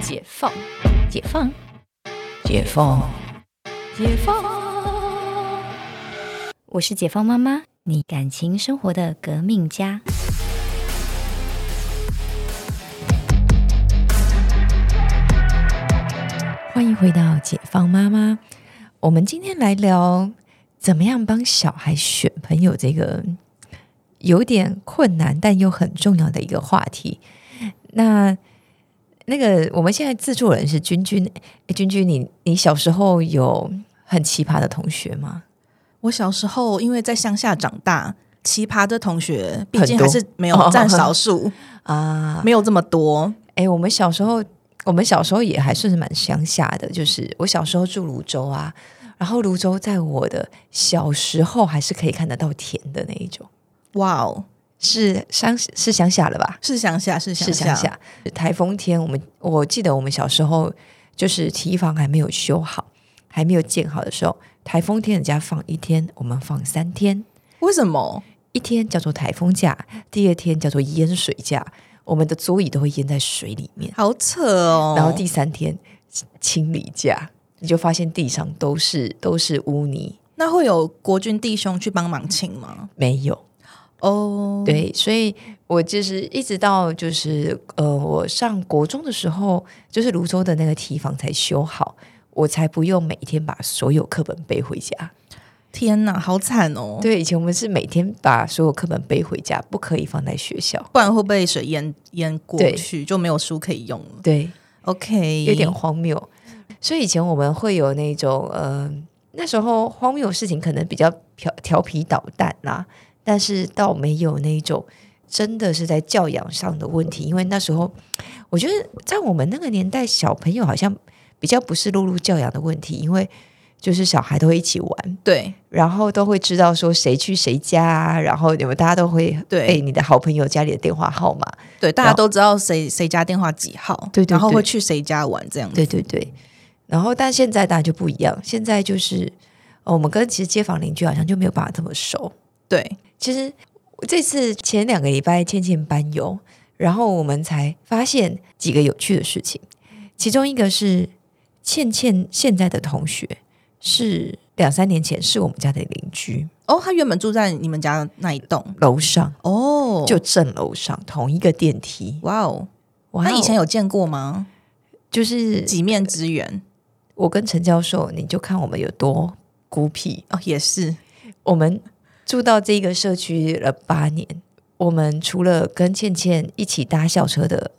解放，解放，解放，解放。我是解放妈妈，你感情生活的革命家。欢迎回到解放妈妈，我们今天来聊怎么样帮小孩选朋友这个有点困难但又很重要的一个话题。那那个我们现在制作人是君君，诶君君你你小时候有很奇葩的同学吗？我小时候因为在乡下长大，奇葩的同学毕竟很多哦还是没有占少数，啊， 没有这么多。哎、我们小时候，我们小时候也还算是蛮乡下的，就是我小时候住泸州啊，然后泸州在我的小时候还是可以看得到田的那一种，哇哦，是乡是乡下了吧？是乡下，是是乡乡下，下，台风天，我们我记得我们小时候就是堤防还没有修好，还没有建好的时候，台风天人家放一天，我们放三天，为什么？一天叫做台风假，第二天叫做淹水假，我们的桌椅都会淹在水里面。好扯哦！然后第三天清清理架，你就发现地上都是都是污泥，那会有国军弟兄去帮忙清吗？没有。哦，，对，所以我就是一直到就是呃，我上国中的时候，就是泸州的那个堤防才修好，我才不用每天把所有课本背回家。天哪，好惨哦！，对，以前我们是每天把所有课本背回家，不可以放在学校。不然会被水淹淹过对去，就没有书可以用了。对， OK，有点荒谬。所以以前我们会有那种，呃，那时候荒谬的事情可能比较调调皮捣蛋啦、但是倒没有那种真的是在教养上的问题，因为那时候我觉得在我们那个年代，小朋友好像比较不是落入教养的问题，因为就是小孩都会一起玩，对然后都会知道说谁去谁家啊，然后你们大家都会对背你的好朋友家里的电话号码，对，大然后家都知道谁谁家电话几号，对对然后对会去谁家玩这样子。对对对，然后但现在大家就不一样，现在就是、呃我们跟其实街坊邻居好像就没有办法这么熟。对，其实我这次前两个礼拜倩倩班游，然后我们才发现几个有趣的事情，其中一个是倩倩现在的同学是两三年前是我们家的邻居，哦，他原本住在你们家那一栋，楼上哦，就正楼上同一个电梯。哇哦，哇那以前哦有见过吗？就是几面之缘我跟陈教授，你就看我们有多孤僻。哦，也是我们住到这个社区了八年，我们除了跟倩倩一起搭校车的，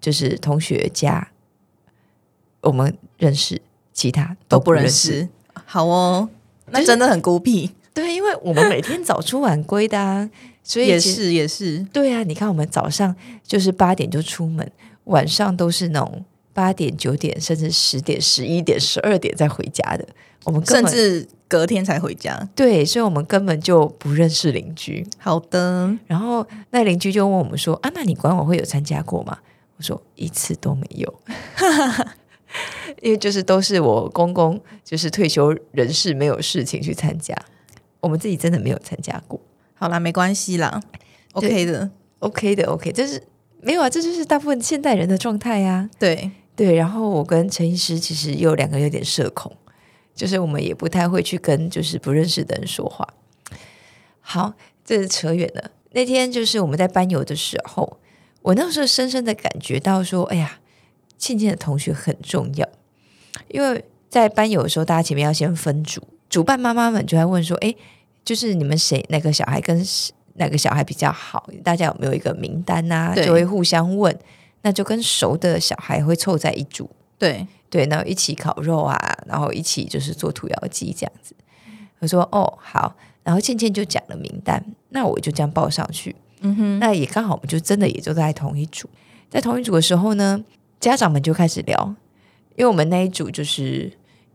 就是同学家，我们认识，其他都不不认识。识。好哦，就那是真的很孤僻，对，因为我们每天早出晚归的、 啊，所以也其实是也是，对啊。你看，我们早上就是八点就出门，晚上都是那种八点、九点，甚至十点、十一点、十二点再回家的。我们根甚本至隔天才回家。对，所以我们根本就不认识邻居。好的，然后那邻居就问我们说：“啊，那你管委会有参加过吗？”我说：“一次都没 有。”因为就是都是我公公，就是退休人士没有事情去参加，我们自己真的没有参加过。好啦，没关系啦对，OK 的， OK 的，OK，这是没有啊，这就是大部分现代人的状态啊。对，对，然后我跟陈医师其实又两个有点社恐，就是我们也不太会去跟就是不认识的人说话。好，这是扯远了。那天就是我们在班游的时候，我那时候深深的感觉到说，哎呀，倩倩的同学很重要，因为在班游的时候，大家前面要先分组，主办妈妈们就在问说，哎，就是你们谁哪个小孩跟谁哪个小孩比较好，大家有没有一个名单啊？对就会互相问。那就跟熟的小孩会凑在一组，对，对，然后一起烤肉啊，然后一起就是做土窑鸡这样子。我说哦好，然后倩倩就讲了名单，那我就这样报上去。嗯哼，那也刚好我们就真的也就在同一组，在同一组的时候呢，家长们就开始聊，因为我们那一组就是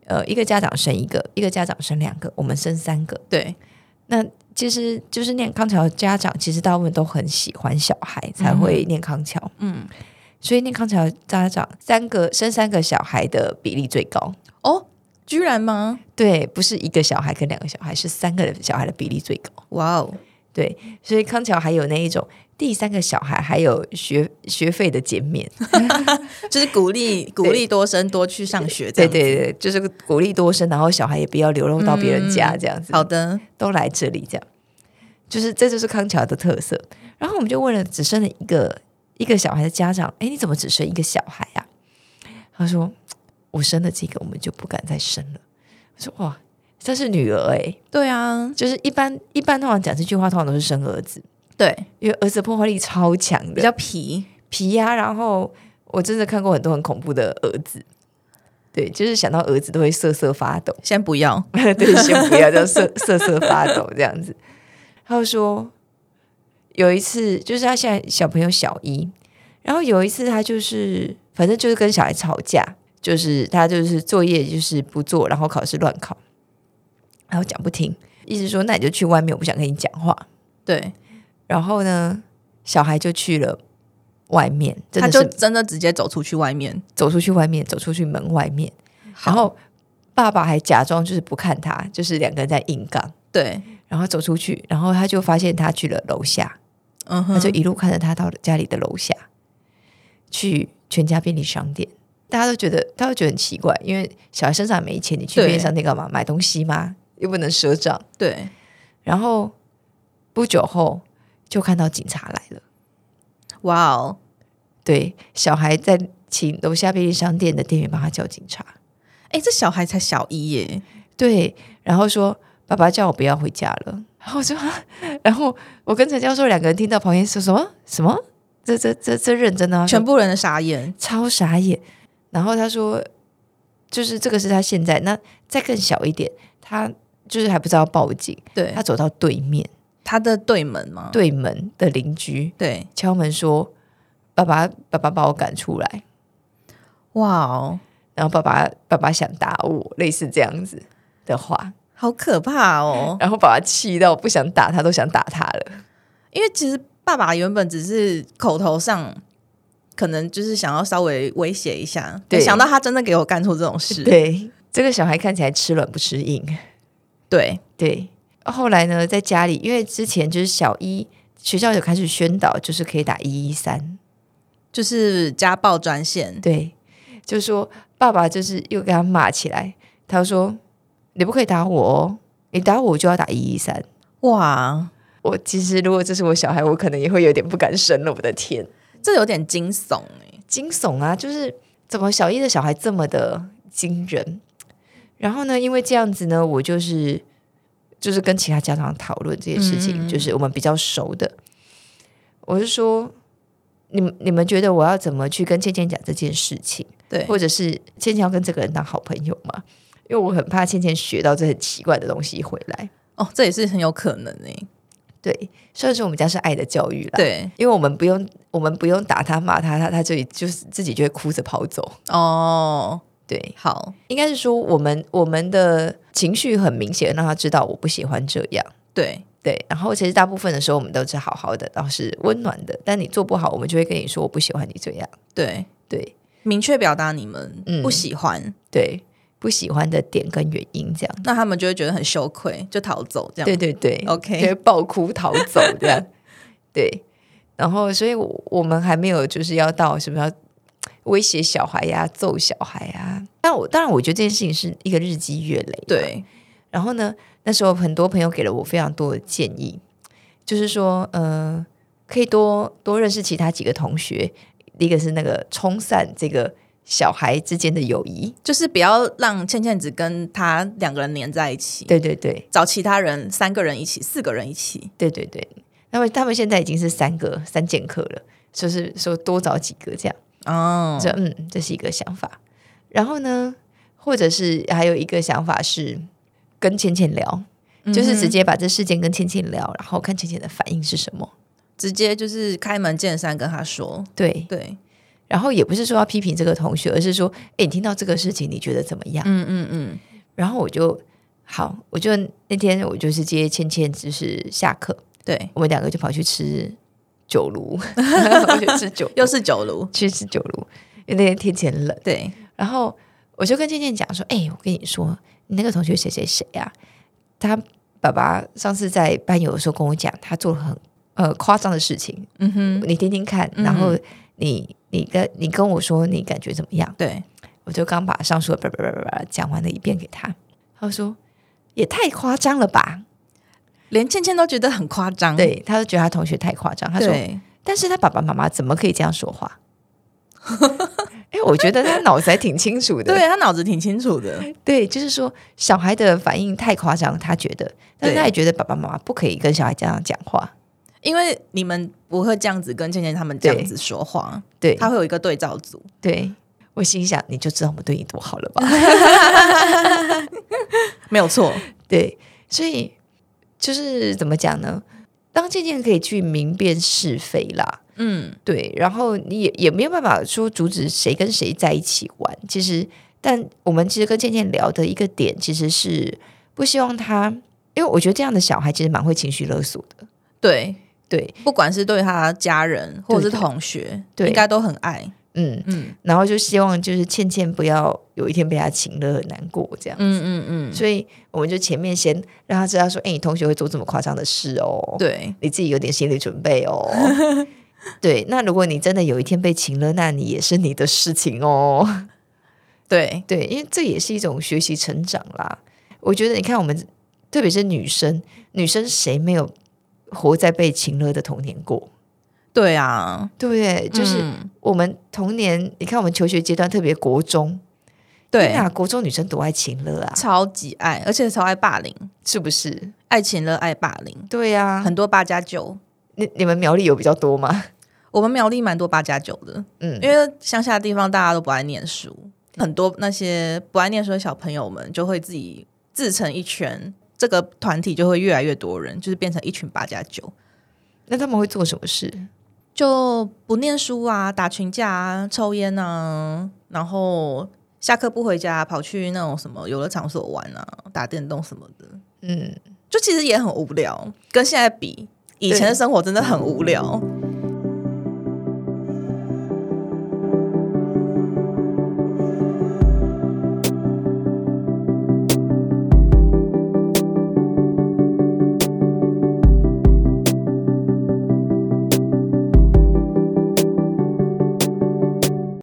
呃一个家长生一个，一个家长生两个，我们生三个。对，那其实就是念康桥的家长，其实大部分都很喜欢小孩，才会念康桥。嗯，所以念康桥家长三个生三个小孩的比例最高。哦，居然吗？对，不是一个小孩跟两个小孩，是三个小孩的比例最高。哇哦，对，所以康桥还有那一种第三个小孩还有学学费的减 免，就是鼓励鼓励多生多去上学这对样子。对对，就是鼓励多生，然后小孩也不要流落到别人家嗯这样子。好的， 都来这里，这样，就是这就是康桥的特色。然后我们就问了只生了一个一个小孩的家长，哎，你怎么只生一个小孩啊？他说我生了这个，我们就不敢再生了。我说哇，这是女儿哎、对啊，就是一般一般通常讲这句话，通常都是生儿子，对，因为儿子的破坏力超强比的，较皮，皮呀、然后我真的看过很多很恐怖的儿子。对，就是想到儿子都会瑟瑟发抖，先不要。 对，先不要，就瑟瑟瑟发抖这样子。他就说，有一次就是他现在小朋友小一，然后有一次他就是反正就是跟小孩吵架，就是他就是作业就是不做，然后考试乱考，然后讲不听，一直说那你就去外面，我不想跟你讲话。对，然后呢，小孩就去了外面，真他的就是真的直接走出去外面。走出去外面，走出去门外面，然后爸爸还假装就是不看他，就是两个人在硬刚。对，然后走出去，然后他就发现他去了楼下，嗯他哼，就一路看着他到家里的楼下，去全家便利商店。大家都觉得，他都觉得很奇怪，因为小孩身上也没钱，你去对便利商店干嘛？买东西吗？又不能赊账。对，然后不久后就看到警察来了，哇哦，对，小孩在请楼下便利商店的店员帮他叫警察，哎，这小孩才小一耶，对，然后说爸爸叫我不要回家了， 然后我说，啊然后我跟陈教授两个人听到旁边说什么什么，这这这这认真的吗？全部人的傻眼。超傻眼。然后他说，就是这个是他现在，那再更小一点，他就是还不知道报警，对嗯他，走到对面他的对门嘛，对门的邻居对，敲门说，爸爸爸爸把我赶出来，哇哦，然后爸爸爸爸想打我，类似这样子的话，好可怕哦！然后爸爸气到不想打他，都想打他了。因为其实爸爸原本只是口头上。可能就是想要稍微威胁一下，对没想到他真的给我干出这种事。对，这个小孩看起来吃软不吃硬。对对，后来呢，在家里，因为之前就是小一学校有开始宣导，就是可以打一一三，就是家暴专线。对，就说爸爸就是又给他骂起来，他说你不可以打我哦，你打我我就要打一一三。哇，我其实如果这是我小孩，我可能也会有点不敢生了。我的天，这有点惊悚哎。惊悚啊！就是怎么小一的小孩这么的惊人。然后呢，因为这样子呢，我就是就是跟其他家长讨论这些事情，嗯就是我们比较熟的，我是说，你们你们觉得我要怎么去跟倩倩讲这件事情，对，或者是倩倩要跟这个人当好朋友吗？因为我很怕倩倩学到这很奇怪的东西回来。哦，这也是很有可能哎。对，虽然说我们家是爱的教育啦，，对，因为我们不用我们不用打他骂他，他他就就是自己就会哭着跑走。哦，对，好，应该是说我们我们的情绪很明显，让他知道我不喜欢这样。对，对，然后其实大部分的时候我们都是好好的，然后是温暖的。但你做不好，我们就会跟你说我不喜欢你这样。对，对明确表达你们嗯不喜欢，对，不喜欢的点跟原因这样。那他们就会觉得很羞愧，就逃走这样。对对对 OK 就会爆哭逃走这样。对，然后所以我我们还没有就是要到什么要威胁小孩呀、揍小孩呀。但我当然我觉得这件事情是一个日积月累。啊对然后呢，那时候很多朋友给了我非常多的建议，就是说，呃，可以多多认识其他几个同学，一个是那个冲散这个小孩之间的友谊，就是不要让倩倩只跟他两个人黏在一起，对对对找其他人三个人一起，四个人一起。对对对，那么他们现在已经是三个三剑客了，就是说多找几个这样，哦这嗯，这是一个想法。然后呢，或者是还有一个想法是跟倩倩聊，就是直接把这事件跟倩倩聊，然后看倩倩的反应是什么。直接就是开门见山跟他说，对，对，然后也不是说要批评这个同学，而是说，哎，你听到这个事情，你觉得怎么样？嗯嗯嗯，然后我就好，我就那天我就是接倩倩，就是下课，对，我们两个就跑去吃酒 炉，我去吃酒，又是九炉，去吃酒炉，因为那天天气很冷。对，然后我就跟倩倩讲说，哎，我跟你说，你那个同学谁谁谁啊，他爸爸上次在班友的时候跟我讲，他做了很呃夸张的事情，嗯哼，你听听看，然后你你跟你跟我说你感觉怎么样？对，我就刚把上述的叭叭叭叭叭讲完了一遍给他，他说也太夸张了吧？连倩倩都觉得很夸张。对，他就觉得他同学太夸张，他说，嗯对，但是他爸爸妈妈怎么可以这样说 话？哎，我觉得他脑子还挺清楚的，对他脑子挺清楚的。对，就是说小孩的反应太夸张，他觉得，但是对他也觉得爸爸妈妈不可以跟小孩这样讲话。因为你们不会这样子跟倩倩他们这样子说话，对，他会有一个对照组。对我心想，你就知道我们对你多好了吧？ 没有错，对，所以就是怎么讲呢？当渐渐可以去明辨是非啦，嗯，对，然后你也也没有办法说阻止谁跟谁在一起玩。其实，但我们其实跟渐渐聊的一个点，其实是不希望他，因为我觉得这样的小孩其实蛮会情绪勒索的。对，对，不管是对他家人或者是对对同学，对应该都很爱。嗯，嗯然后就希望就是倩倩不要有一天被他情勒很难过这样。嗯嗯嗯，所以我们就前面先让他知道说，哎、你同学会做这么夸张的事哦。对，你自己有点心理准备哦。 对，那如果你真的有一天被擒了，那你也是你的事情哦。对，对，因为这也是一种学习成长啦。我觉得你看，我们特别是女生，女生谁没有活在被擒了的童年过？对啊，对不对？就是嗯我们童年，你看我们求学阶段，特别国中，对啊，国中女生多爱擒了啊，超级爱，而且超爱霸凌，是不是？爱情了爱霸凌，对呀、啊，很多八加九。你你们苗栗有比较多吗？我们苗栗蛮多八加九的，嗯，因为乡下地方大家都不爱念书，很多那些不爱念书的小朋友们就会自己自成一圈，这个团体就会越来越多人，就是变成一群八加九，那他们会做什么事？就不念书啊，打群架啊，抽烟啊，然后下课不回家，跑去那种什么游乐场所玩啊，打电动什么的，嗯，就其实也很无聊，跟现在比，以前的生活真的很无聊。